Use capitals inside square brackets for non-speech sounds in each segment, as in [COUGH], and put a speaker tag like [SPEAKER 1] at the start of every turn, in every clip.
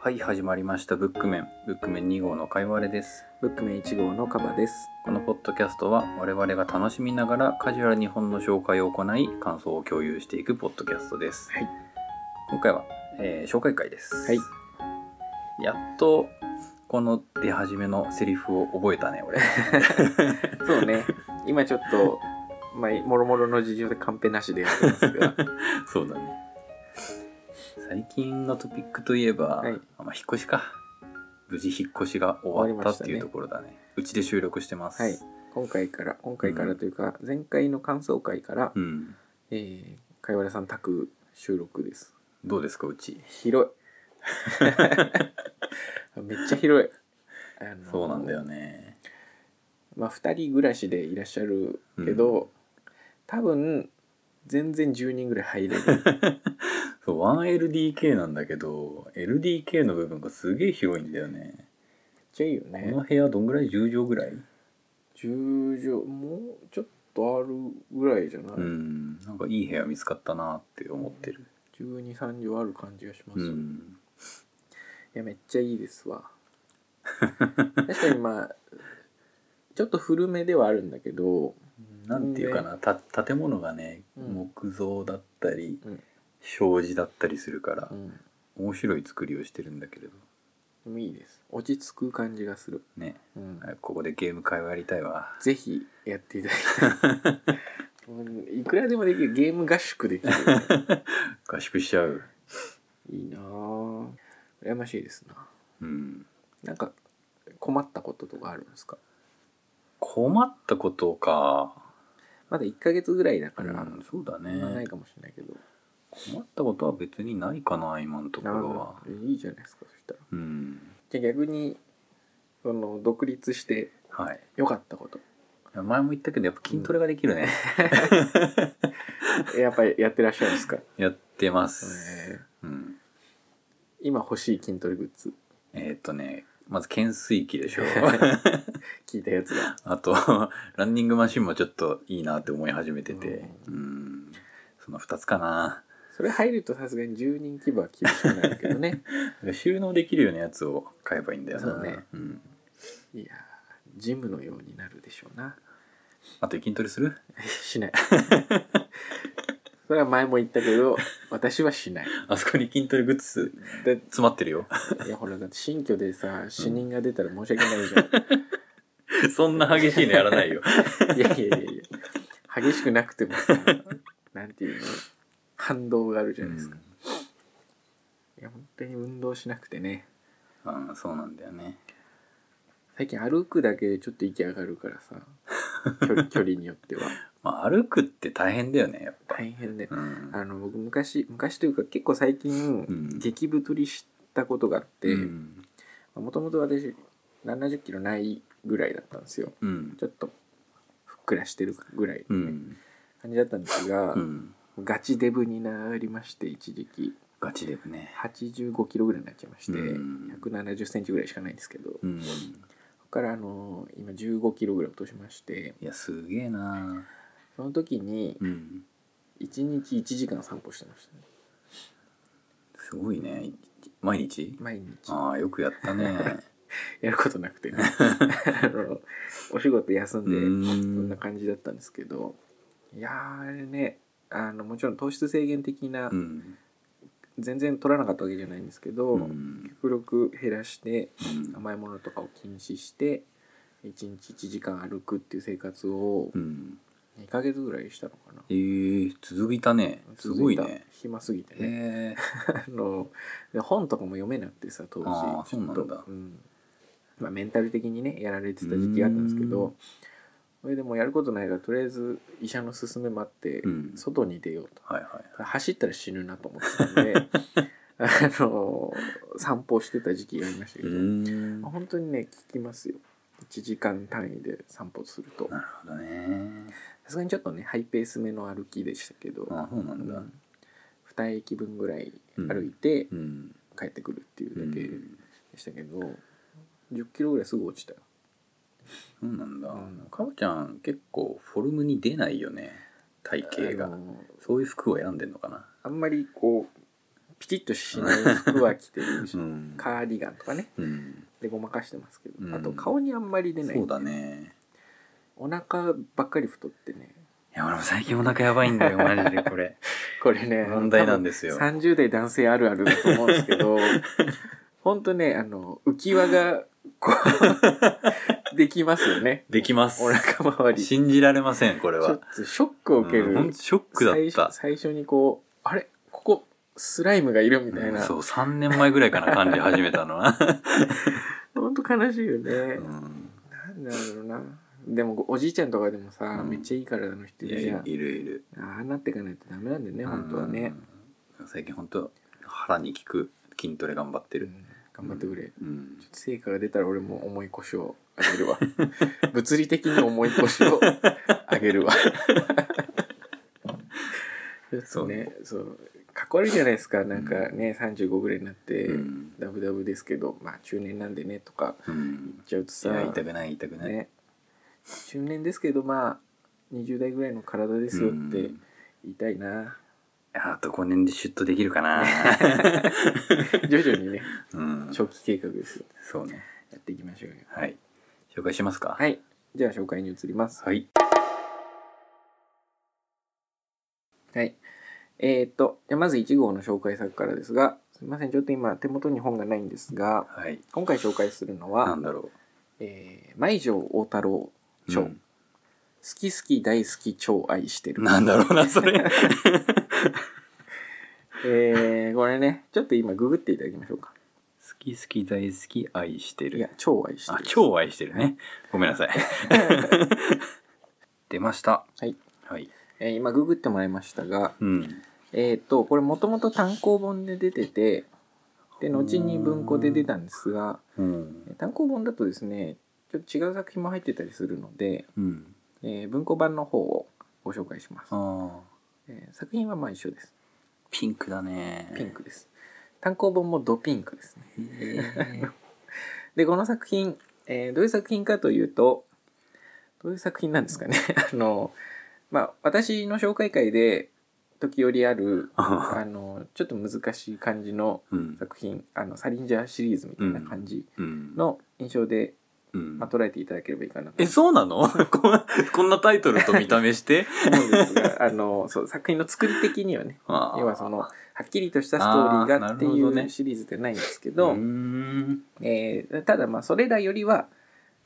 [SPEAKER 1] はい始まりましたブックメンブックメン2号のかいわれです
[SPEAKER 2] ブックメン1号のカバです。
[SPEAKER 1] このポッドキャストは我々が楽しみながらカジュアルに本の紹介を行い感想を共有していくポッドキャストです、
[SPEAKER 2] はい
[SPEAKER 1] 今回は、えー紹介会です、
[SPEAKER 2] はい
[SPEAKER 1] やっとこの出始めのセリフを覚えたね俺
[SPEAKER 2] [LAUGHS] そうね。今ちょっと、まあ、もろもろの事情でカンペなしでやってま
[SPEAKER 1] [LAUGHS]
[SPEAKER 2] すが。
[SPEAKER 1] そうだね最近のトピックといえば、
[SPEAKER 2] はい
[SPEAKER 1] あまあ、引っ越しか無事引っ越しが終わったっていうところだねうちで収録してます、
[SPEAKER 2] はい。今回から、今回からというか、前回の感想会から、
[SPEAKER 1] うん、
[SPEAKER 2] えー、かいわれさん宅収録です。
[SPEAKER 1] どうですかうち [LAUGHS]
[SPEAKER 2] 広い。めっちゃ広い。あの
[SPEAKER 1] そうなんだよ。ね
[SPEAKER 2] まあ、2人暮らしでいらっしゃるけど、多分、全然10人ぐらい入れる。
[SPEAKER 1] そう 1LDK なんだけど LDK の部分がすげえ広いんだよね
[SPEAKER 2] めっちゃいいよ
[SPEAKER 1] こ [LAUGHS]
[SPEAKER 2] ね
[SPEAKER 1] の。部屋どんぐらい10畳ぐらい
[SPEAKER 2] 10畳、もうちょっとあるぐらいじゃない、
[SPEAKER 1] うんなんかいい部屋見つかったなって思ってる
[SPEAKER 2] 12、3畳ある感じがします、
[SPEAKER 1] う
[SPEAKER 2] い
[SPEAKER 1] ん
[SPEAKER 2] や、めっちゃいいです [LAUGHS] わ。確かにまあ、ちょっと古めではあるんだけど、
[SPEAKER 1] なんていうかなた建物がね
[SPEAKER 2] うん
[SPEAKER 1] 木造だったり、
[SPEAKER 2] うん
[SPEAKER 1] 障子だったりするから
[SPEAKER 2] う、
[SPEAKER 1] 面白い作りをしてるんだけれど
[SPEAKER 2] ん、いいです。落ち着く感じがする。
[SPEAKER 1] ね
[SPEAKER 2] うん、
[SPEAKER 1] 早くここでゲーム会をやりたいわ [LAUGHS]
[SPEAKER 2] ぜひやっていただきたい。うんいく [LAUGHS] らでもできる。ゲーム合宿できる。
[SPEAKER 1] 合宿しちゃう
[SPEAKER 2] [LAUGHS] いいなぁ。羨ましいですな。
[SPEAKER 1] うん
[SPEAKER 2] なんか、困ったこととかあるんですか
[SPEAKER 1] 困ったことか
[SPEAKER 2] まだ1ヶ月ぐらいだから、
[SPEAKER 1] うん、そうだ
[SPEAKER 2] まあな
[SPEAKER 1] ね
[SPEAKER 2] いかもしれないけど。
[SPEAKER 1] 困ったことは別にないかな今のとこ
[SPEAKER 2] なる
[SPEAKER 1] ろ
[SPEAKER 2] ほ
[SPEAKER 1] は
[SPEAKER 2] どいいじゃないですかそしたら
[SPEAKER 1] うん
[SPEAKER 2] じゃあ逆にその独立して
[SPEAKER 1] はい
[SPEAKER 2] 良かったこと
[SPEAKER 1] 前も言ったけどやっぱ筋トレができるね、
[SPEAKER 2] やっぱりやってらっしゃるんですか、
[SPEAKER 1] やってま
[SPEAKER 2] [LAUGHS] え
[SPEAKER 1] す、う
[SPEAKER 2] ー
[SPEAKER 1] ん、
[SPEAKER 2] 今欲しい筋トレグッズ
[SPEAKER 1] えーっとねまず懸垂器で [LAUGHS] しょ
[SPEAKER 2] [LAUGHS] 聞いたやつが
[SPEAKER 1] あとランニングマシンもちょっといいなって思い始めててうんその2つかな
[SPEAKER 2] それ入るとさすがに10人規模は厳しくなるけど [LAUGHS] ね
[SPEAKER 1] 収納できるようなやつを買えばいいんだよな
[SPEAKER 2] そうね
[SPEAKER 1] ん、
[SPEAKER 2] いやージムのようになるでしょうな [LAUGHS]
[SPEAKER 1] あと筋トレする
[SPEAKER 2] し [LAUGHS] ないそれは前も言ったけど私はしない
[SPEAKER 1] あそこに筋トレグッズ
[SPEAKER 2] で
[SPEAKER 1] 詰まってるよ
[SPEAKER 2] いやほらだって新居でさ死人が出たら申し訳ないじゃ
[SPEAKER 1] [LAUGHS]
[SPEAKER 2] ん
[SPEAKER 1] そんな激しいのやらない [LAUGHS] よ
[SPEAKER 2] いやいやいやいや激しくなくてもさなんていうの反動があるじゃないですか、いや本当に運動しなくてね
[SPEAKER 1] うんうんそうなんだよね
[SPEAKER 2] 最近歩くだけでちょっと息上がるか
[SPEAKER 1] [LAUGHS]
[SPEAKER 2] らさ距離距離によっては
[SPEAKER 1] まあ歩くって大変だよねやっぱ
[SPEAKER 2] 大変で、
[SPEAKER 1] うん
[SPEAKER 2] あの僕昔昔というか結構最近、
[SPEAKER 1] うん
[SPEAKER 2] 激太りしたことがあって
[SPEAKER 1] うん
[SPEAKER 2] もともと私70キロないぐらいだったんですよ
[SPEAKER 1] うん
[SPEAKER 2] ちょっとふっくらしてるぐらい
[SPEAKER 1] うん、
[SPEAKER 2] 感じだったんですが、
[SPEAKER 1] うん
[SPEAKER 2] ガチデブになりまして一時期
[SPEAKER 1] ガチデブね
[SPEAKER 2] 85キロぐらいになっちゃいまして、
[SPEAKER 1] うん
[SPEAKER 2] 170センチぐらいしかないんですけど、こ
[SPEAKER 1] うん
[SPEAKER 2] こからあのー今15キロぐらい落としまして、
[SPEAKER 1] いやすげえな
[SPEAKER 2] その時に
[SPEAKER 1] うん
[SPEAKER 2] 1日1時間散歩してましたね。
[SPEAKER 1] すごいねい毎日
[SPEAKER 2] 毎日
[SPEAKER 1] ああよくやった [LAUGHS] ね
[SPEAKER 2] やることなく
[SPEAKER 1] [LAUGHS]
[SPEAKER 2] てね、あのお仕事休
[SPEAKER 1] うん
[SPEAKER 2] で、そん
[SPEAKER 1] ー
[SPEAKER 2] なん感じだったんですけど、いやーあれね、あのもちろん糖質制限的な
[SPEAKER 1] う、ん
[SPEAKER 2] 全然取らなかったわけじゃないんですけど、
[SPEAKER 1] うん
[SPEAKER 2] 極力減らして
[SPEAKER 1] うん
[SPEAKER 2] 甘いものとかを禁止して、1日1時間歩くっていう生活を
[SPEAKER 1] うん
[SPEAKER 2] 2ヶ月ぐらいしたのかな
[SPEAKER 1] えー、続いたねすごい
[SPEAKER 2] 続た
[SPEAKER 1] ね
[SPEAKER 2] 暇すぎてね、
[SPEAKER 1] え
[SPEAKER 2] あので本とかも読めなくてさ当時
[SPEAKER 1] あー
[SPEAKER 2] ちょっと
[SPEAKER 1] そうなんだ
[SPEAKER 2] んまあ、メンタル的にねやられてた時期があったんですけ
[SPEAKER 1] うーん
[SPEAKER 2] どそれでもうやることないからとりあえず医者の勧めもあって、
[SPEAKER 1] ー、うん
[SPEAKER 2] 外に出ようと
[SPEAKER 1] はいはい
[SPEAKER 2] 走ったら死ぬなと思ってたんで [LAUGHS] あの散歩してた時期がありましたけ
[SPEAKER 1] う
[SPEAKER 2] ど、
[SPEAKER 1] ーんなる
[SPEAKER 2] 本当にね効きますよ1時間単位で散歩するとさ
[SPEAKER 1] ほどね
[SPEAKER 2] すがにちょっとねハイペースめの歩きでしたけど、
[SPEAKER 1] あそうなんだ
[SPEAKER 2] うん2駅分ぐらい歩いて
[SPEAKER 1] うん
[SPEAKER 2] 帰ってくるっていううだけで
[SPEAKER 1] ん
[SPEAKER 2] したけど、10キロぐらいすぐ落ちたよ
[SPEAKER 1] そうなんだ
[SPEAKER 2] うん
[SPEAKER 1] かおちゃん結構フォルムに出ないよね体型が
[SPEAKER 2] あの
[SPEAKER 1] そういう服を選んでんのかな
[SPEAKER 2] あんまりこうピチッとしない服は着てるし、
[SPEAKER 1] うん
[SPEAKER 2] カーディガンとかね
[SPEAKER 1] うん
[SPEAKER 2] でごまかしてますけど、
[SPEAKER 1] うん
[SPEAKER 2] あと顔にあんまり出ない
[SPEAKER 1] そうだね
[SPEAKER 2] お腹ばっかり太ってね
[SPEAKER 1] いや俺も最近お腹やばいん [LAUGHS] だよマジでこれ
[SPEAKER 2] これね
[SPEAKER 1] 問題なんですよ
[SPEAKER 2] 多分30代男性あるあるだと思うんです
[SPEAKER 1] [LAUGHS]
[SPEAKER 2] けどほんとねあの浮き輪がこ
[SPEAKER 1] [LAUGHS]
[SPEAKER 2] うできますよね
[SPEAKER 1] できます
[SPEAKER 2] お腹周りち
[SPEAKER 1] 信じられませんこれ
[SPEAKER 2] ょっ
[SPEAKER 1] は
[SPEAKER 2] とショックを受け
[SPEAKER 1] うん
[SPEAKER 2] る、
[SPEAKER 1] ほんとショックだ
[SPEAKER 2] 最
[SPEAKER 1] った
[SPEAKER 2] 初最初にこうあれここスライムがいるみたい
[SPEAKER 1] うん
[SPEAKER 2] な、
[SPEAKER 1] そう3年前ぐらいかな感じ始めたの
[SPEAKER 2] [LAUGHS]
[SPEAKER 1] は、
[SPEAKER 2] ほんと悲しいよね、
[SPEAKER 1] うん、
[SPEAKER 2] なんだろうなでもおじいちゃんとかでもさ、
[SPEAKER 1] うん
[SPEAKER 2] めっちゃいい体の人
[SPEAKER 1] い
[SPEAKER 2] いる
[SPEAKER 1] やい
[SPEAKER 2] じゃん
[SPEAKER 1] るいる
[SPEAKER 2] ああなってかないとダメなんだよね本当はね、
[SPEAKER 1] うん最近本当腹に効く筋トレ頑張って
[SPEAKER 2] う
[SPEAKER 1] る、
[SPEAKER 2] ん頑張ってくれ、
[SPEAKER 1] うん、
[SPEAKER 2] 成果が出たら俺も重い腰をあげるわ [LAUGHS] 物理的に重い腰
[SPEAKER 1] [LAUGHS]
[SPEAKER 2] をあげるわそうねそうかっこ悪いじゃないですかなんかね35ぐらいになって、
[SPEAKER 1] うん
[SPEAKER 2] ダブダブですけどまあ中年なんでねとか
[SPEAKER 1] うん
[SPEAKER 2] 言っちゃうとさ
[SPEAKER 1] いや痛くない痛くない、
[SPEAKER 2] ね、中年ですけどまあ20代ぐらいの体ですよっ
[SPEAKER 1] う
[SPEAKER 2] て
[SPEAKER 1] ん
[SPEAKER 2] 言いたいな、
[SPEAKER 1] あと5年でシュッとできるか [LAUGHS] な、
[SPEAKER 2] 徐々にね
[SPEAKER 1] うん、
[SPEAKER 2] 長期計画ですよ
[SPEAKER 1] そうね
[SPEAKER 2] やっていきましょうよ
[SPEAKER 1] はい紹介しますか
[SPEAKER 2] はいじゃあ紹介に移ります
[SPEAKER 1] はい、
[SPEAKER 2] はい。えー、っと、じゃあまず1号の紹介作からですが、すみません、ちょっと今手元に本がないんですが、
[SPEAKER 1] はい、
[SPEAKER 2] 今回紹介するの
[SPEAKER 1] な
[SPEAKER 2] は
[SPEAKER 1] ん、だろ
[SPEAKER 2] えー、舞城大太郎
[SPEAKER 1] う、
[SPEAKER 2] 著、
[SPEAKER 1] う
[SPEAKER 2] 好
[SPEAKER 1] ん
[SPEAKER 2] き好き大好き超愛してる。
[SPEAKER 1] なんだろうなそれ
[SPEAKER 2] えー、これね、ちょっと今ググっていただきましょうか。
[SPEAKER 1] 好き好き大好き愛してる
[SPEAKER 2] いや、超愛して
[SPEAKER 1] あ
[SPEAKER 2] る。
[SPEAKER 1] 超愛してるねごめんなさい [LAUGHS] 出ました
[SPEAKER 2] はい。
[SPEAKER 1] はい
[SPEAKER 2] えー、今ググってもらいましたが、
[SPEAKER 1] うん
[SPEAKER 2] えー、っと、これもともと単行本で出てて、で、後に文庫で出たんですが、
[SPEAKER 1] うん
[SPEAKER 2] えー単行本だとですね、ちょっと違う作品も入ってたりするので、
[SPEAKER 1] うん
[SPEAKER 2] えー文庫版の方をご紹介します、
[SPEAKER 1] ああ
[SPEAKER 2] えー作品はまあ一緒です
[SPEAKER 1] ピンクだね
[SPEAKER 2] ピンクです単行本もドピンクですね
[SPEAKER 1] へ [LAUGHS]
[SPEAKER 2] でこの作品、えーどういう作品かというとどういう作品なんですかね [LAUGHS] あのまあ私の紹介会で時折あるあ
[SPEAKER 1] ー
[SPEAKER 2] のちょっと難しい感じの
[SPEAKER 1] うん
[SPEAKER 2] 作品あのサリンジャーシリーズみたいな感じ
[SPEAKER 1] うん
[SPEAKER 2] の印象で、
[SPEAKER 1] うん
[SPEAKER 2] まあ、捉えていただければいいかなと
[SPEAKER 1] えそうな
[SPEAKER 2] [LAUGHS]
[SPEAKER 1] のこんこんなタイトルと見た目して
[SPEAKER 2] 思うんですがあのそう作品の作り的にはね
[SPEAKER 1] あー
[SPEAKER 2] 要はそのはっきりとしたストーリーがって
[SPEAKER 1] あーなる
[SPEAKER 2] い
[SPEAKER 1] ほどね
[SPEAKER 2] うシリーズでないんですけ
[SPEAKER 1] う
[SPEAKER 2] ど
[SPEAKER 1] ーん
[SPEAKER 2] えーただまあそれらよりは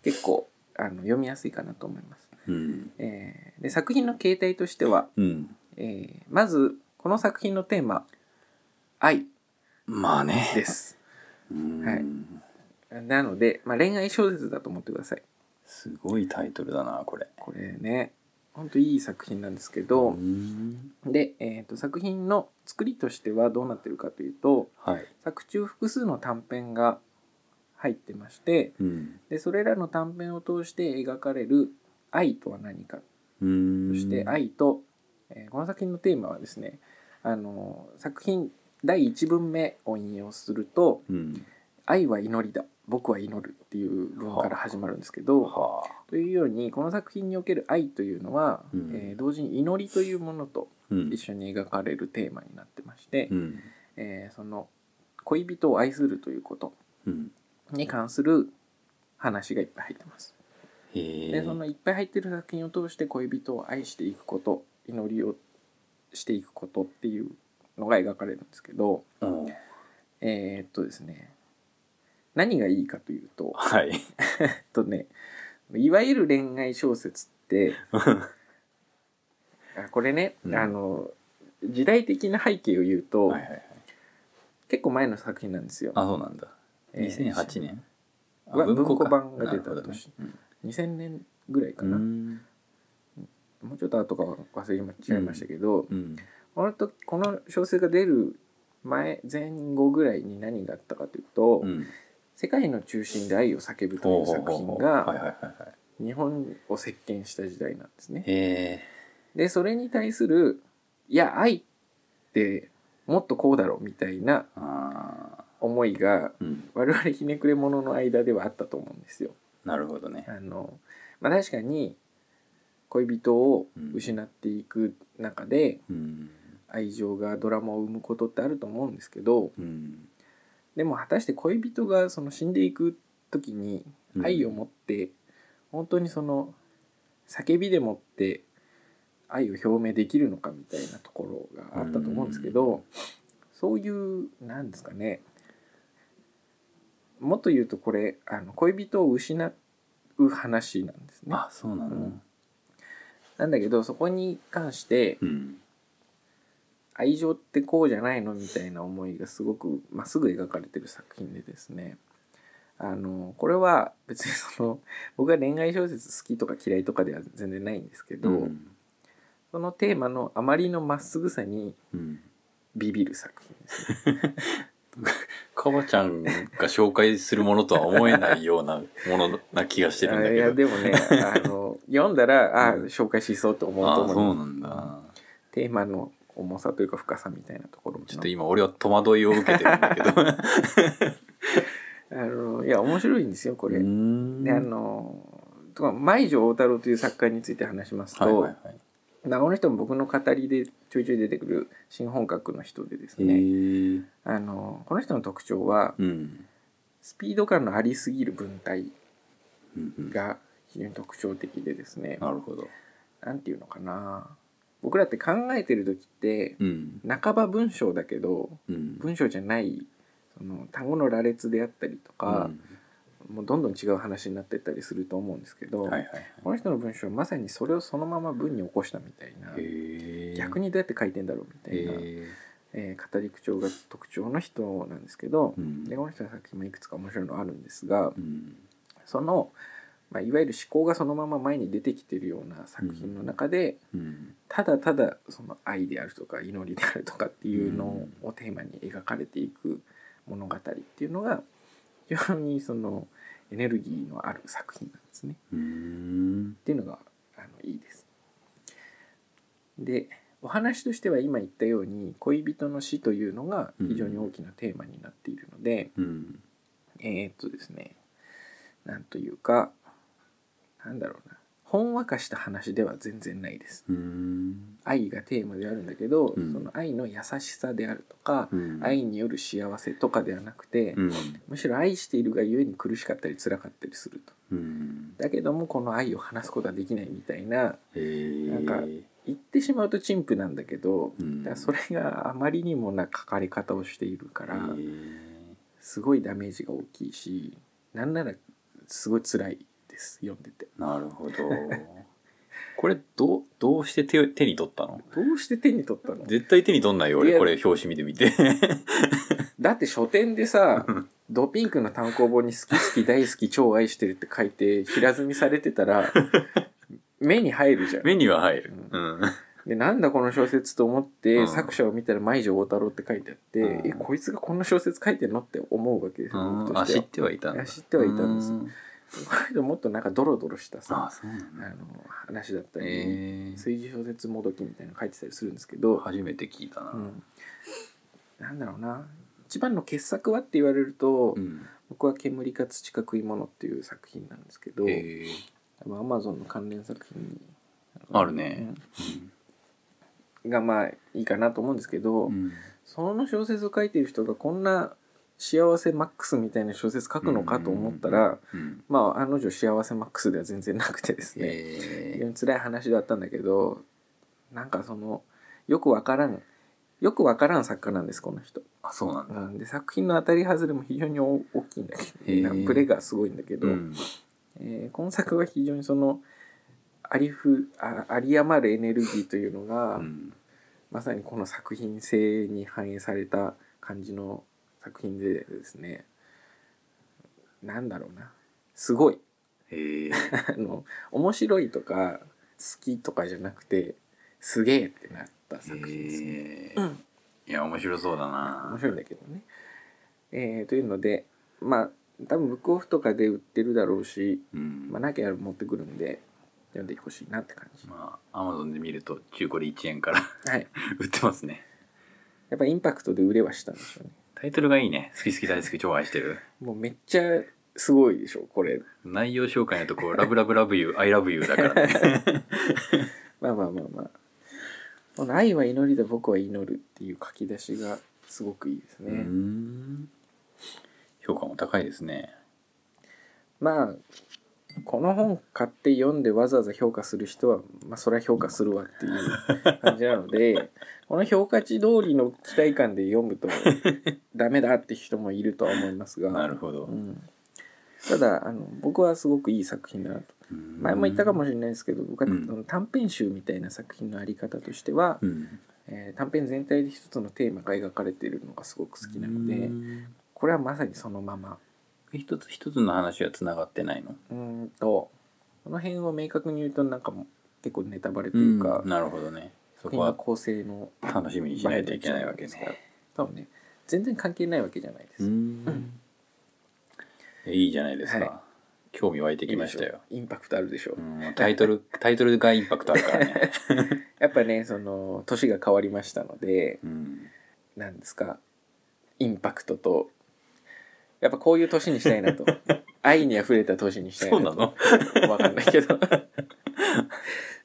[SPEAKER 2] 結構あの読みやすいかなと思います。
[SPEAKER 1] うん
[SPEAKER 2] えーで作品の形態としては、
[SPEAKER 1] うん
[SPEAKER 2] えーまずこの作品のテーマ「愛
[SPEAKER 1] まあ」ね
[SPEAKER 2] です。
[SPEAKER 1] うん
[SPEAKER 2] はいなので、まあ、恋愛小説だと思ってください。
[SPEAKER 1] すごいタイトルだなこれ
[SPEAKER 2] これねほんといい作品なんですけ
[SPEAKER 1] うー
[SPEAKER 2] ど
[SPEAKER 1] ん
[SPEAKER 2] で、えー、と作品の作りとしてはどうなってるかというと
[SPEAKER 1] はい
[SPEAKER 2] 作中複数の短編が入ってまして
[SPEAKER 1] うん
[SPEAKER 2] でそれらの短編を通して描かれる愛とは何か
[SPEAKER 1] うーん
[SPEAKER 2] そして愛と、えーこの作品のテーマはですねあの作品第1文目を引用すると
[SPEAKER 1] うん
[SPEAKER 2] 「愛は祈りだ僕は祈る」っていう文から始まるんですけど
[SPEAKER 1] はあ
[SPEAKER 2] というようにこの作品における愛というのは、
[SPEAKER 1] うん
[SPEAKER 2] えー同時に祈りというものと
[SPEAKER 1] うん
[SPEAKER 2] 一緒に描かれるテーマになってまして、
[SPEAKER 1] うん
[SPEAKER 2] えーその恋人を愛するということ
[SPEAKER 1] うん
[SPEAKER 2] に関する話がいっぱい入ってます。
[SPEAKER 1] へえ
[SPEAKER 2] でそのいっぱい入ってる作品を通して恋人を愛していくこと祈りをしていくことっていうのが描かれるんですけど
[SPEAKER 1] うん
[SPEAKER 2] えーっとですね何がいいかというと
[SPEAKER 1] はい
[SPEAKER 2] えっとねいわゆる恋愛小
[SPEAKER 1] [LAUGHS]
[SPEAKER 2] 説ってあこれね、
[SPEAKER 1] うん
[SPEAKER 2] あの時代的な背景を言うと、
[SPEAKER 1] はいはいはい
[SPEAKER 2] 結構前の作品なんですよ。
[SPEAKER 1] あそうなんだ
[SPEAKER 2] えー
[SPEAKER 1] 2008年あ
[SPEAKER 2] は
[SPEAKER 1] か
[SPEAKER 2] 文庫版が出た
[SPEAKER 1] なるほどね
[SPEAKER 2] 年2000年ぐらいか
[SPEAKER 1] う
[SPEAKER 2] な、
[SPEAKER 1] ん
[SPEAKER 2] もうちょっと後かは忘れちゃいましたけど、
[SPEAKER 1] うん
[SPEAKER 2] この時この小説が出る前前後ぐらいに何があったかというと「
[SPEAKER 1] うん
[SPEAKER 2] 世界の中心で愛を叫ぶ」という作品
[SPEAKER 1] はい
[SPEAKER 2] が
[SPEAKER 1] はいはいはい
[SPEAKER 2] 日本を席巻した時代なんですね。
[SPEAKER 1] へ
[SPEAKER 2] でそれに対する「いや愛ってもっとこうだろ」みたいな
[SPEAKER 1] ーあ
[SPEAKER 2] 思いが
[SPEAKER 1] ーうん
[SPEAKER 2] 我々ひねくれ者の間ではあったと思うんですよ。
[SPEAKER 1] なるほどね
[SPEAKER 2] あのまあ、確かに恋人を失っていく中で
[SPEAKER 1] うん
[SPEAKER 2] 愛情がドラマを生むことってあると思うんですけど
[SPEAKER 1] うん
[SPEAKER 2] でも果たして恋人がその死んでいく時に
[SPEAKER 1] うん
[SPEAKER 2] 愛を持って本当にその叫びでもって愛を表明できるのかみたいなところがあったと思うんですけどそういうなんですかねもっと言うとこれあの恋人を失う話なんですね。
[SPEAKER 1] あそうなの
[SPEAKER 2] なんだけどそこに関して
[SPEAKER 1] うん
[SPEAKER 2] 愛情ってこうじゃないのみたいな思いがすごくまっすぐ描かれてる作品でですねあのこれは別にその [LAUGHS] 僕が恋愛小説好きとか嫌いとかでは全然ないんですけど、
[SPEAKER 1] うん
[SPEAKER 2] そのテーマのあまりのまっすぐさに
[SPEAKER 1] うん
[SPEAKER 2] ビビる作品です、ね、
[SPEAKER 1] カバちゃんが紹介するものとは思えないようなものな気がしてるんだ
[SPEAKER 2] あい
[SPEAKER 1] け
[SPEAKER 2] や
[SPEAKER 1] ど
[SPEAKER 2] でもねあの読んだらああ紹介しそうと思う
[SPEAKER 1] あ
[SPEAKER 2] と
[SPEAKER 1] あ
[SPEAKER 2] 思
[SPEAKER 1] そう
[SPEAKER 2] う
[SPEAKER 1] なんだ
[SPEAKER 2] テーマの重さというか深さみたいなところも
[SPEAKER 1] ちょっと今俺は戸惑いを受けてるんだけど [LAUGHS]
[SPEAKER 2] あのいや面白いんですよこれ。
[SPEAKER 1] うーん
[SPEAKER 2] であのとか舞女大太郎という作家について話しますと、
[SPEAKER 1] はいはいはい
[SPEAKER 2] まあこの人も僕の語りでちょいちょい出てくる新本格の人でです
[SPEAKER 1] へ
[SPEAKER 2] ね、
[SPEAKER 1] ー
[SPEAKER 2] あのこの人の特徴は
[SPEAKER 1] うん
[SPEAKER 2] スピード感のありすぎる文体
[SPEAKER 1] うんうん
[SPEAKER 2] が非常に特徴的でですね
[SPEAKER 1] なるほど
[SPEAKER 2] 何て言うのかな僕らって考えてる時って
[SPEAKER 1] うん
[SPEAKER 2] 半ば文章だけど
[SPEAKER 1] うん
[SPEAKER 2] 文章じゃないその単語の羅列であったりとか、もうどんどん違う話になってったりすると思うんですけど、
[SPEAKER 1] うんはいはいは
[SPEAKER 2] この人の文章はまさにそれをそのまま文に起こしたみたいない
[SPEAKER 1] へー
[SPEAKER 2] 逆にどうやって書いてんだろうみたいな、
[SPEAKER 1] へ
[SPEAKER 2] えー語り口調が特徴の人なんですけど
[SPEAKER 1] ーう、ん
[SPEAKER 2] でこの人の作品もいくつか面白いのあるんですが
[SPEAKER 1] うん
[SPEAKER 2] その、まあ、いわゆる思考がそのまま前に出てきてるような作品の中で、
[SPEAKER 1] うん
[SPEAKER 2] ただただその愛であるとか祈りであるとかっていうのをテーマに描かれていく物語っていうのが非常にそのエネルギーのある作品なんですね。
[SPEAKER 1] うん
[SPEAKER 2] っていうのがあのいいです。でお話としては今言ったように恋人の死というのが非常に大きなテーマになっているので、
[SPEAKER 1] うん
[SPEAKER 2] えーっとですねなんというかなんだろうなほんわかした話では全然ないです。
[SPEAKER 1] うん
[SPEAKER 2] 愛がテーマであるんだけど、
[SPEAKER 1] うん
[SPEAKER 2] その愛の優しさであるとか、
[SPEAKER 1] うん
[SPEAKER 2] 愛による幸せとかではなくて、
[SPEAKER 1] うん
[SPEAKER 2] むしろ愛しているがゆえに苦しかったり辛かったりすると。
[SPEAKER 1] うん
[SPEAKER 2] だけどもこの愛を話すことはできないみたいな
[SPEAKER 1] へー
[SPEAKER 2] なんか言ってしまうと陳腐なんだけど、
[SPEAKER 1] うん
[SPEAKER 2] だからそれがあまりにもな書かれ方をしているから、
[SPEAKER 1] へー
[SPEAKER 2] すごいダメージが大きいしなんならすごい辛いです読んでて
[SPEAKER 1] なる
[SPEAKER 2] [LAUGHS]
[SPEAKER 1] ほどこれどうどうして手手に取ったの
[SPEAKER 2] どうして手に取ったの
[SPEAKER 1] 絶対手に取んないよ
[SPEAKER 2] い
[SPEAKER 1] 俺
[SPEAKER 2] や
[SPEAKER 1] これ表紙見てみ
[SPEAKER 2] [LAUGHS]
[SPEAKER 1] て
[SPEAKER 2] だって書店でさドピンクの単行本に「好き好き大好き超愛してる」って書いて平積みされてた
[SPEAKER 1] [LAUGHS]
[SPEAKER 2] ら目に入るじゃん
[SPEAKER 1] 目には入るうん
[SPEAKER 2] でなんだこの小説と思って、
[SPEAKER 1] うん
[SPEAKER 2] 作者を見たら「舞女大太郎」って書いてあって、
[SPEAKER 1] うん
[SPEAKER 2] えこいつがこんな小説書いてんのって思うわけですよ、僕
[SPEAKER 1] うん
[SPEAKER 2] と
[SPEAKER 1] あ
[SPEAKER 2] し
[SPEAKER 1] 知
[SPEAKER 2] ては
[SPEAKER 1] ってはいたん
[SPEAKER 2] い
[SPEAKER 1] だ
[SPEAKER 2] や知ってはいたんです
[SPEAKER 1] う
[SPEAKER 2] よ
[SPEAKER 1] ん
[SPEAKER 2] これでもっとなんかドロドロした
[SPEAKER 1] あ
[SPEAKER 2] さ
[SPEAKER 1] そうなん
[SPEAKER 2] あ
[SPEAKER 1] だ
[SPEAKER 2] の話だったり、
[SPEAKER 1] えー
[SPEAKER 2] 炊事小説もどきみたいなの書いてたりするんですけど、
[SPEAKER 1] 初めて聞いたな
[SPEAKER 2] うん、なんだろうな一番の傑作はって言われると、
[SPEAKER 1] うん
[SPEAKER 2] 僕は「煙か土か食い物」っていう作品なんですけど、
[SPEAKER 1] えー
[SPEAKER 2] 多分アマゾンの関連作品に
[SPEAKER 1] あるね
[SPEAKER 2] うんがまあいいかなと思うんですけど、
[SPEAKER 1] うん
[SPEAKER 2] その小説を書いてる人がこんな幸せマックスみたいな小説書くのかと思ったら、
[SPEAKER 1] うん
[SPEAKER 2] まあ案の定幸せマックスでは全然なくてですね、非
[SPEAKER 1] え
[SPEAKER 2] 常に辛い話だったんだけどなんかそのよくわからんよくわからん作家なんですこの人、
[SPEAKER 1] ーあそうなん
[SPEAKER 2] う
[SPEAKER 1] だ
[SPEAKER 2] ん、で作品の当たり外れも非常に大大きいんだ
[SPEAKER 1] へ
[SPEAKER 2] けど、
[SPEAKER 1] ー
[SPEAKER 2] ブレがすごいんだけど、
[SPEAKER 1] うん
[SPEAKER 2] えー今作は非常にそのありふああり余るエネルギーというのが、
[SPEAKER 1] うん
[SPEAKER 2] まさにこの作品性に反映された感じの作品でですねなんだろうなすごい
[SPEAKER 1] えー
[SPEAKER 2] あの面白いとか好きとかじゃなくてすげえってなった [LAUGHS] 作品ですね、
[SPEAKER 1] えーいや面白そうだ
[SPEAKER 2] 面
[SPEAKER 1] な
[SPEAKER 2] 白いんだけどね、えーというのでまあ多分ブックオフとかで売ってるだろうし、
[SPEAKER 1] うん
[SPEAKER 2] まあ、なきゃ持ってくるんで読んでほしいなって感じ、
[SPEAKER 1] まあアマゾンで見ると中古で1円から [LAUGHS]
[SPEAKER 2] はい
[SPEAKER 1] 売ってますね
[SPEAKER 2] やっぱインパクトで売れはしたんでしょうね
[SPEAKER 1] タイトルがいいね好き好き大好き超愛してる
[SPEAKER 2] もうめっちゃすごいでしょこれ
[SPEAKER 1] 内容紹介のとこ「ラブラブラブユーアイラブユー」I love you だからね
[SPEAKER 2] まあまあまあまあこの「愛は祈りで僕は祈る」っていう書き出しがすごくいいですね。
[SPEAKER 1] うーん評価も高いですね
[SPEAKER 2] まあこの本買って読んでわざわざ評価する人は、まあ、それは評価するわっ
[SPEAKER 1] [LAUGHS]
[SPEAKER 2] ていう感じなのでこの評価値通りの期待感で読む
[SPEAKER 1] [LAUGHS]
[SPEAKER 2] とダメだって人もいるとは思いますが
[SPEAKER 1] なるほど
[SPEAKER 2] うん、ただあの僕はすごくいい作品だなと前も言ったかもしれないですけど僕は、
[SPEAKER 1] うん
[SPEAKER 2] あの短編集みたいな作品のあり方としては、
[SPEAKER 1] うん
[SPEAKER 2] えー短編全体で一つのテーマが描かれているのがすごく好きなので、
[SPEAKER 1] うん
[SPEAKER 2] これはまさにそのまま。
[SPEAKER 1] 一つ一つの話はつながってないの
[SPEAKER 2] うーんとこの辺を明確に言うとなんかもう結構ネタバレというか、
[SPEAKER 1] うんなるほどねそこ
[SPEAKER 2] 作品の
[SPEAKER 1] は
[SPEAKER 2] 構成の
[SPEAKER 1] 楽しみにしないといけないわけ
[SPEAKER 2] 場合になっ
[SPEAKER 1] ね
[SPEAKER 2] ちゃうんですが多分ね全然関係ないわけじゃないです。
[SPEAKER 1] うーんえいいじゃないですか、
[SPEAKER 2] はい
[SPEAKER 1] 興味湧いてきましたよ
[SPEAKER 2] インパクトあるでしょう、
[SPEAKER 1] うんタイト [LAUGHS] ルタイトルがインパクトあるからね、
[SPEAKER 2] やっぱねその年が変わりましたので
[SPEAKER 1] うん、
[SPEAKER 2] なんですかインパクトとやっぱこういう年にしたいなと愛にあふれた年にした
[SPEAKER 1] [LAUGHS]
[SPEAKER 2] い
[SPEAKER 1] そうな
[SPEAKER 2] なと
[SPEAKER 1] の
[SPEAKER 2] わかんないけど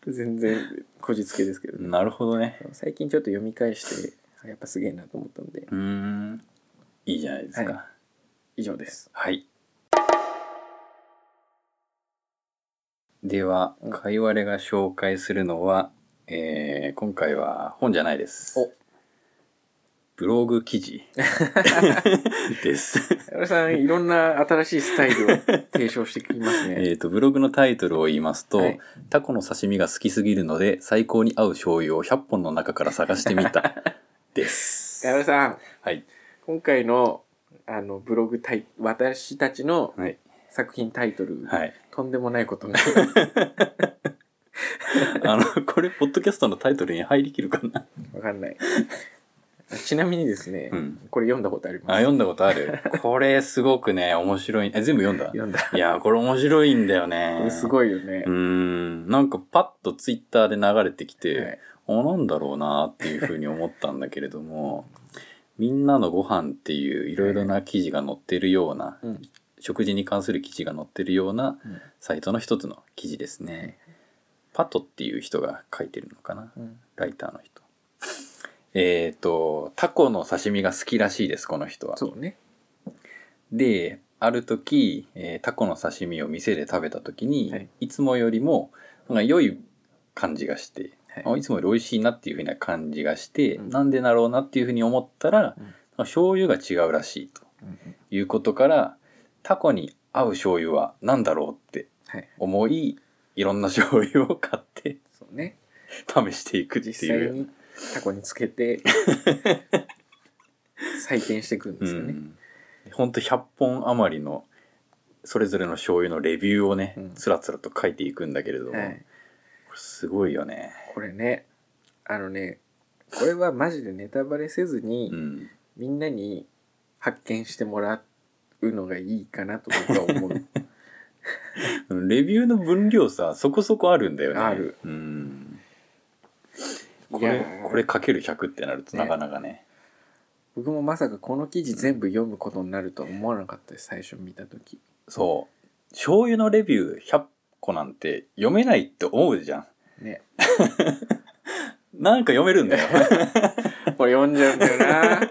[SPEAKER 2] 全然こじつけですけどね
[SPEAKER 1] なるほどね
[SPEAKER 2] 最近ちょっと読み返してあやっぱすげえなと思ったので
[SPEAKER 1] うーんいいじゃないですか
[SPEAKER 2] 以上です
[SPEAKER 1] はい、では
[SPEAKER 2] うん
[SPEAKER 1] かいわれが紹介するのは、えー今回は本じゃないです
[SPEAKER 2] お
[SPEAKER 1] ブログ記 [LAUGHS] 事です
[SPEAKER 2] 矢原さんいろんな新しいスタイルを提唱してきますね
[SPEAKER 1] [LAUGHS] えー、とブログのタイトルを言いますと、
[SPEAKER 2] はい
[SPEAKER 1] タコの刺身が好きすぎるので最高に合う醤油を100本の中から探してみた」です。
[SPEAKER 2] 矢原さん
[SPEAKER 1] はい、
[SPEAKER 2] 今回のあのブログタイ私たちの
[SPEAKER 1] はい
[SPEAKER 2] 作品タイトル、
[SPEAKER 1] はい、
[SPEAKER 2] とんでもないこ
[SPEAKER 1] [LAUGHS]
[SPEAKER 2] とになる
[SPEAKER 1] あのこれポッドキャストのタイトルに入りきるかな
[SPEAKER 2] わかんないちなみにですね、
[SPEAKER 1] うん
[SPEAKER 2] これ読んだことあります
[SPEAKER 1] あ読んだことあるこれすごくね面白いえ全部読んだ
[SPEAKER 2] 読んだ
[SPEAKER 1] いやこれ面白いんだよね
[SPEAKER 2] これす
[SPEAKER 1] い
[SPEAKER 2] ごいよね
[SPEAKER 1] うー、んなんかパッとツイッターで流れてきて、
[SPEAKER 2] はい
[SPEAKER 1] あなんだろうなっていうふうに思ったんだけれども「みんなのご飯っていういろいろな記事が載ってるような、
[SPEAKER 2] うん
[SPEAKER 1] 食事に関する記事が載ってるような
[SPEAKER 2] うん
[SPEAKER 1] サイトの一つの記事ですね。パトっていう人が書いてるのかな
[SPEAKER 2] うん
[SPEAKER 1] ライターの人。えっとタコの刺身が好きらしいですこの人は。
[SPEAKER 2] そうね
[SPEAKER 1] である時、えータコの刺身を店で食べた時に、
[SPEAKER 2] はいい、
[SPEAKER 1] つもよりもなんか良い感じがして、
[SPEAKER 2] はい
[SPEAKER 1] い、あいつもより美味しいなっていうふうな感じがして、
[SPEAKER 2] うん
[SPEAKER 1] なんでだろうなっていうふうに思ったら、
[SPEAKER 2] うん
[SPEAKER 1] 醤油が違うらしいということからタコに合う醤油は何だろうって
[SPEAKER 2] はい
[SPEAKER 1] 思いいろんな醤油を買って [LAUGHS]
[SPEAKER 2] そうね
[SPEAKER 1] 試していくって
[SPEAKER 2] 実際
[SPEAKER 1] いう。
[SPEAKER 2] にタコにつ
[SPEAKER 1] [LAUGHS]
[SPEAKER 2] けて採点していくんですよね、
[SPEAKER 1] ほんと100本余りのそれぞれの醤油のレビューをね、
[SPEAKER 2] うん
[SPEAKER 1] つらつらと書いていくんだけれども、
[SPEAKER 2] はい、
[SPEAKER 1] これすごいよね。
[SPEAKER 2] これねあのねこれはマジでネタバレせずに、
[SPEAKER 1] うん、
[SPEAKER 2] みんなに発見してもらうのがいいかなと僕は
[SPEAKER 1] [LAUGHS]
[SPEAKER 2] 思う
[SPEAKER 1] レビューの分量さそこそこあるんだよね。
[SPEAKER 2] ある
[SPEAKER 1] うん、こ
[SPEAKER 2] いや
[SPEAKER 1] れ
[SPEAKER 2] ー
[SPEAKER 1] これかける100ってなるとなかなかね。
[SPEAKER 2] 僕もまさかこの記事全部読むことになるとは思わなかったです最初見た時
[SPEAKER 1] そう醤油のレビュー100個なんて読めないって思うじゃん。
[SPEAKER 2] ね
[SPEAKER 1] なんか読めるんだ
[SPEAKER 2] [LAUGHS]
[SPEAKER 1] よ。
[SPEAKER 2] これ読んじゃうんだよ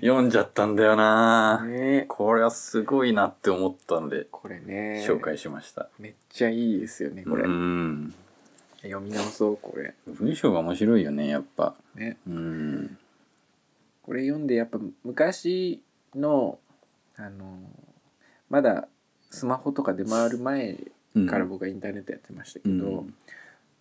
[SPEAKER 1] 読んじゃったんだよな
[SPEAKER 2] な、
[SPEAKER 1] [LAUGHS]
[SPEAKER 2] ね
[SPEAKER 1] これはすごいなって思ったので
[SPEAKER 2] これね
[SPEAKER 1] 紹介しました。
[SPEAKER 2] めっちゃいいですよねこれ、
[SPEAKER 1] うん
[SPEAKER 2] 読み直そうこれ
[SPEAKER 1] 文章が面白いよねやっぱ
[SPEAKER 2] ね
[SPEAKER 1] うん
[SPEAKER 2] これ読んでやっぱ昔のあのまだスマホとか出回る前から僕はインターネットやってましたけ
[SPEAKER 1] う
[SPEAKER 2] ど、
[SPEAKER 1] ん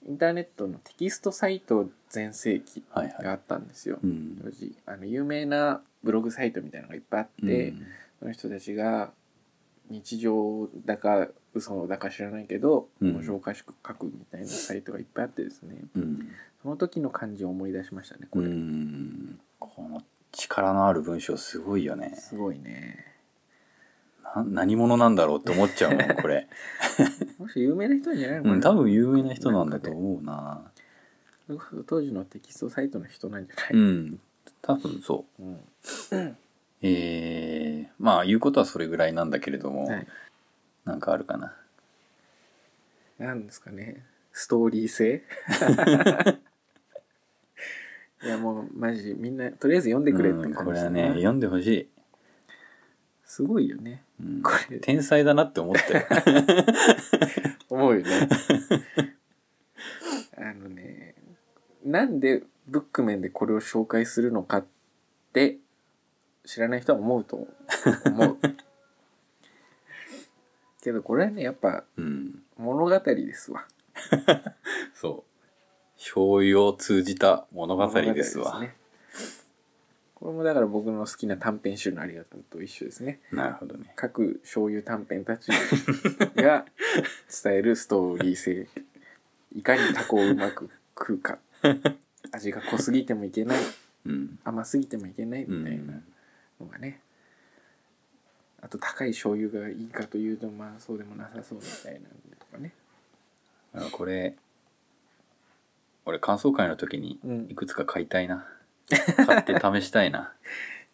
[SPEAKER 2] インターネットのテキストサイト全盛期
[SPEAKER 1] はいはい
[SPEAKER 2] があったんですよ、
[SPEAKER 1] うん
[SPEAKER 2] 当時あの有名なブログサイトみたいなのがいっぱいあって、
[SPEAKER 1] うん
[SPEAKER 2] その人たちが日常だか嘘だか知らないけど、
[SPEAKER 1] うん
[SPEAKER 2] 面白おかしく書くみたいなサイトがいっぱいあってですね
[SPEAKER 1] うん
[SPEAKER 2] その時の感じを思い出しましたねこ
[SPEAKER 1] う
[SPEAKER 2] れ、
[SPEAKER 1] んこの力のある文章すごいよね
[SPEAKER 2] すごいね
[SPEAKER 1] な何者なんだろうって思っちゃうもんこ
[SPEAKER 2] [LAUGHS]
[SPEAKER 1] れ、
[SPEAKER 2] もし有名な人じゃないのかな
[SPEAKER 1] うん、多分有名な人なんだと思うな
[SPEAKER 2] それこそ当時のテキストサイトの人なんじゃ
[SPEAKER 1] う
[SPEAKER 2] ない、
[SPEAKER 1] ん多分そう
[SPEAKER 2] うん
[SPEAKER 1] えー、まあ言うことはそれぐらいなんだけれども、
[SPEAKER 2] はい、
[SPEAKER 1] なんかあるかな [LAUGHS]
[SPEAKER 2] なんですかねストーリー性いやもうマジみんなとりあえず読んでくれって
[SPEAKER 1] うんこ
[SPEAKER 2] 感
[SPEAKER 1] れ
[SPEAKER 2] じ
[SPEAKER 1] は
[SPEAKER 2] だ
[SPEAKER 1] ね
[SPEAKER 2] な、
[SPEAKER 1] 読んでほしい、
[SPEAKER 2] すごいよね
[SPEAKER 1] うん
[SPEAKER 2] これ
[SPEAKER 1] 天才だなって思
[SPEAKER 2] [LAUGHS]
[SPEAKER 1] ったよ
[SPEAKER 2] 思うよねあのねなんでブック面でこれを紹介するのかって知らない人は思うと思
[SPEAKER 1] [LAUGHS]
[SPEAKER 2] うけどこれはねやっぱ
[SPEAKER 1] うん
[SPEAKER 2] 物語ですわ
[SPEAKER 1] そう醤油を通じた物語ですわ
[SPEAKER 2] 物語ですねこれもだから僕の好きな短編集のありがとうと一緒ですね
[SPEAKER 1] なるほどね
[SPEAKER 2] 各醤油短編たちが伝えるストーリー性いかにタコをうまく食うか味が濃すぎてもいけない
[SPEAKER 1] うん
[SPEAKER 2] 甘すぎてもいけないみたいなのがね、あと高い醤油がいいかというとまあそうでもなさそうみたいなんでとかね
[SPEAKER 1] あこれ俺感想会の時に
[SPEAKER 2] うん
[SPEAKER 1] いくつか買いたいな、買って試したいな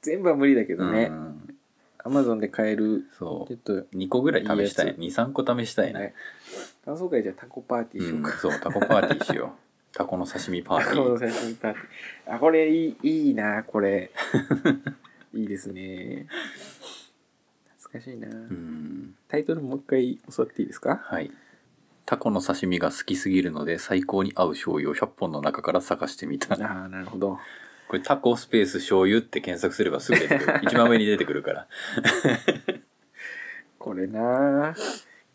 [SPEAKER 2] 全部は無理だけど [LAUGHS] ね
[SPEAKER 1] う、ん、
[SPEAKER 2] アマゾンで買える
[SPEAKER 1] そ
[SPEAKER 2] ちょっと
[SPEAKER 1] う2個ぐらい試した
[SPEAKER 2] いい
[SPEAKER 1] い
[SPEAKER 2] やつ
[SPEAKER 1] 23個試したいな、
[SPEAKER 2] ね感想会じゃあタコパーティーし
[SPEAKER 1] う
[SPEAKER 2] ようんか、、
[SPEAKER 1] そうタコパーティーしようタコの刺身パーテ
[SPEAKER 2] あ
[SPEAKER 1] ィ
[SPEAKER 2] [LAUGHS] この
[SPEAKER 1] ー
[SPEAKER 2] 写真パーティーあこれいいいいな
[SPEAKER 1] [LAUGHS]
[SPEAKER 2] これいいですね懐かしいな、
[SPEAKER 1] うん
[SPEAKER 2] タイトルもう一回教わっていいですか
[SPEAKER 1] はいタコの刺身が好きすぎるので最高に合う醤油を100本の中から探してみた
[SPEAKER 2] ああなるほど
[SPEAKER 1] [LAUGHS] これタコスペース醤油って検索すればすぐ出て [LAUGHS] くる一番上に出てくるから
[SPEAKER 2] これな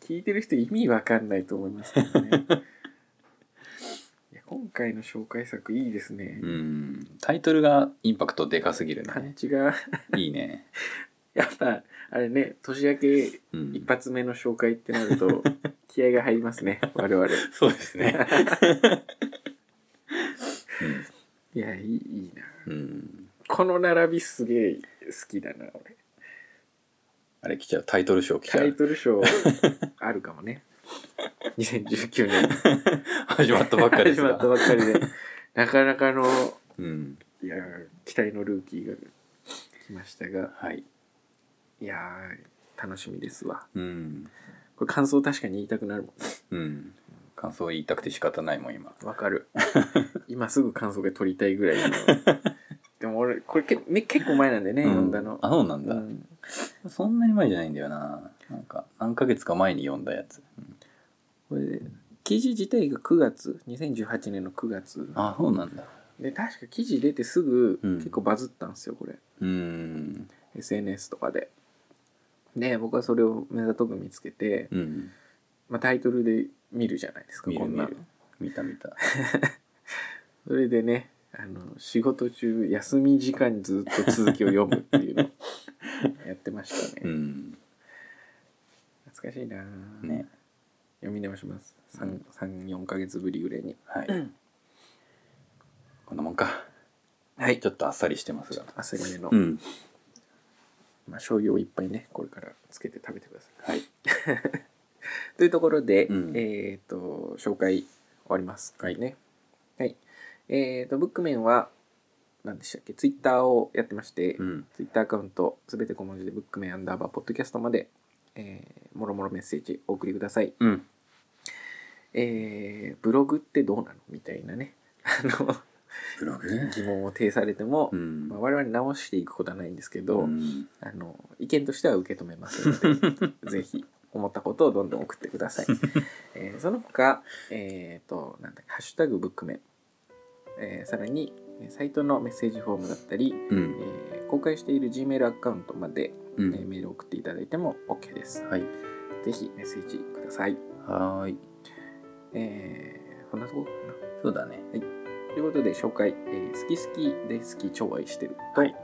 [SPEAKER 2] 聞いてる人意味わかんないと思いますけ
[SPEAKER 1] [LAUGHS]
[SPEAKER 2] どねいや今回の紹介作いいですね
[SPEAKER 1] うんタイトルがインパクトでかすぎる
[SPEAKER 2] パン
[SPEAKER 1] ね
[SPEAKER 2] チが [LAUGHS]
[SPEAKER 1] いいね
[SPEAKER 2] やっぱあれね年明け
[SPEAKER 1] うん
[SPEAKER 2] 一発目の紹介ってなると気合が入りますね我々
[SPEAKER 1] そうですね。
[SPEAKER 2] いやいいいいな
[SPEAKER 1] [LAUGHS] うん。
[SPEAKER 2] この並びすげえ好きだな俺
[SPEAKER 1] あれ来ちゃう。タイトル賞来ちゃ
[SPEAKER 2] タイ
[SPEAKER 1] う。
[SPEAKER 2] トル賞あるかも [LAUGHS] ね2019年
[SPEAKER 1] 始まったばっかりで
[SPEAKER 2] 始
[SPEAKER 1] す
[SPEAKER 2] まった
[SPEAKER 1] が。
[SPEAKER 2] ばっかりでなかなかの
[SPEAKER 1] うん。
[SPEAKER 2] いや期待のルーキーが来ましたが
[SPEAKER 1] はい。
[SPEAKER 2] いやー楽しみですわ
[SPEAKER 1] うん。
[SPEAKER 2] これ感想確かに言いたくなるもん
[SPEAKER 1] うん。感想言いたくて仕方ないもん、今。
[SPEAKER 2] わか [LAUGHS] る今すぐ感想が取りたいぐらいのでも俺これけ、ね、結構前なんでね、読んだの
[SPEAKER 1] あ、そうなんだ
[SPEAKER 2] う。ん
[SPEAKER 1] そんなに前じゃないんだよな。なんか、何ヶ月か前に読んだやつ。
[SPEAKER 2] これで記事自体が9月2018年の9月
[SPEAKER 1] あ、そうなんだ。
[SPEAKER 2] で確か記事出てすぐ、
[SPEAKER 1] うん
[SPEAKER 2] 結構バズったんですよこれ
[SPEAKER 1] うん。
[SPEAKER 2] SNS とかで。で僕はそれを目ざとく見つけて、
[SPEAKER 1] うん。
[SPEAKER 2] まあ、タイトルで見るじゃないですか
[SPEAKER 1] 見
[SPEAKER 2] こ
[SPEAKER 1] る
[SPEAKER 2] ん
[SPEAKER 1] 見
[SPEAKER 2] なの
[SPEAKER 1] る。見た見た。
[SPEAKER 2] それでねあの仕事中休み時間にずっと続きを読むって
[SPEAKER 1] [LAUGHS]
[SPEAKER 2] いうのをやってましたね、
[SPEAKER 1] うん。
[SPEAKER 2] 懐かしいな、
[SPEAKER 1] ね。
[SPEAKER 2] 読み直します
[SPEAKER 1] うん
[SPEAKER 2] 34か月ぶりぐらいに
[SPEAKER 1] はい。こんなもんか。
[SPEAKER 2] はい
[SPEAKER 1] ちょっとあっさりしてますが。
[SPEAKER 2] 焦り目の、
[SPEAKER 1] うん。
[SPEAKER 2] まあ、醤油をいっぱいねこれからつけて食べてくださ
[SPEAKER 1] は
[SPEAKER 2] い
[SPEAKER 1] い。
[SPEAKER 2] [LAUGHS] というところで、
[SPEAKER 1] うん
[SPEAKER 2] えっ、と紹介終わりますかね。はい。えっ、とブックメンは何でしたっけ？ツイッターをやってまして、
[SPEAKER 1] うん。
[SPEAKER 2] ツイッターアカウントすべて小文字でブックメンアンダーバーポッドキャストまで、えー、もろもろメッセージお送りください。
[SPEAKER 1] うん。
[SPEAKER 2] えー、ブログってどうなのみたいなね、あの
[SPEAKER 1] ブログね。
[SPEAKER 2] 疑問を呈されても、
[SPEAKER 1] うん
[SPEAKER 2] まあ、我々直していくことはないんですけど、
[SPEAKER 1] うん
[SPEAKER 2] あの意見としては受け止めますのでぜひ思ったことをどんどん送ってください、えーその他えっ、となんだっけハッシュタグブックメン」えーさらにえーサイトのメッセージフォームだったり、
[SPEAKER 1] う
[SPEAKER 2] え
[SPEAKER 1] ん
[SPEAKER 2] ー公開している Gmail アカウントまで、
[SPEAKER 1] う
[SPEAKER 2] えー
[SPEAKER 1] ん
[SPEAKER 2] メールを送っていただいても OK です
[SPEAKER 1] はい
[SPEAKER 2] ぜひメッセージください
[SPEAKER 1] はーい
[SPEAKER 2] えーこんなとこかな
[SPEAKER 1] そうだね
[SPEAKER 2] ということで紹介、えー好き好きで好き超愛してると、
[SPEAKER 1] はい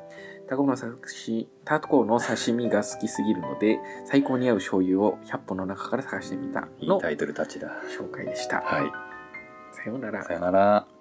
[SPEAKER 2] タコの刺しタコの刺身が好きすぎるので最高に合う醤油を100本の中から探してみた
[SPEAKER 1] いい
[SPEAKER 2] の
[SPEAKER 1] タイトルたちだ
[SPEAKER 2] 紹介でした。
[SPEAKER 1] はい
[SPEAKER 2] さようなら
[SPEAKER 1] さ。よなら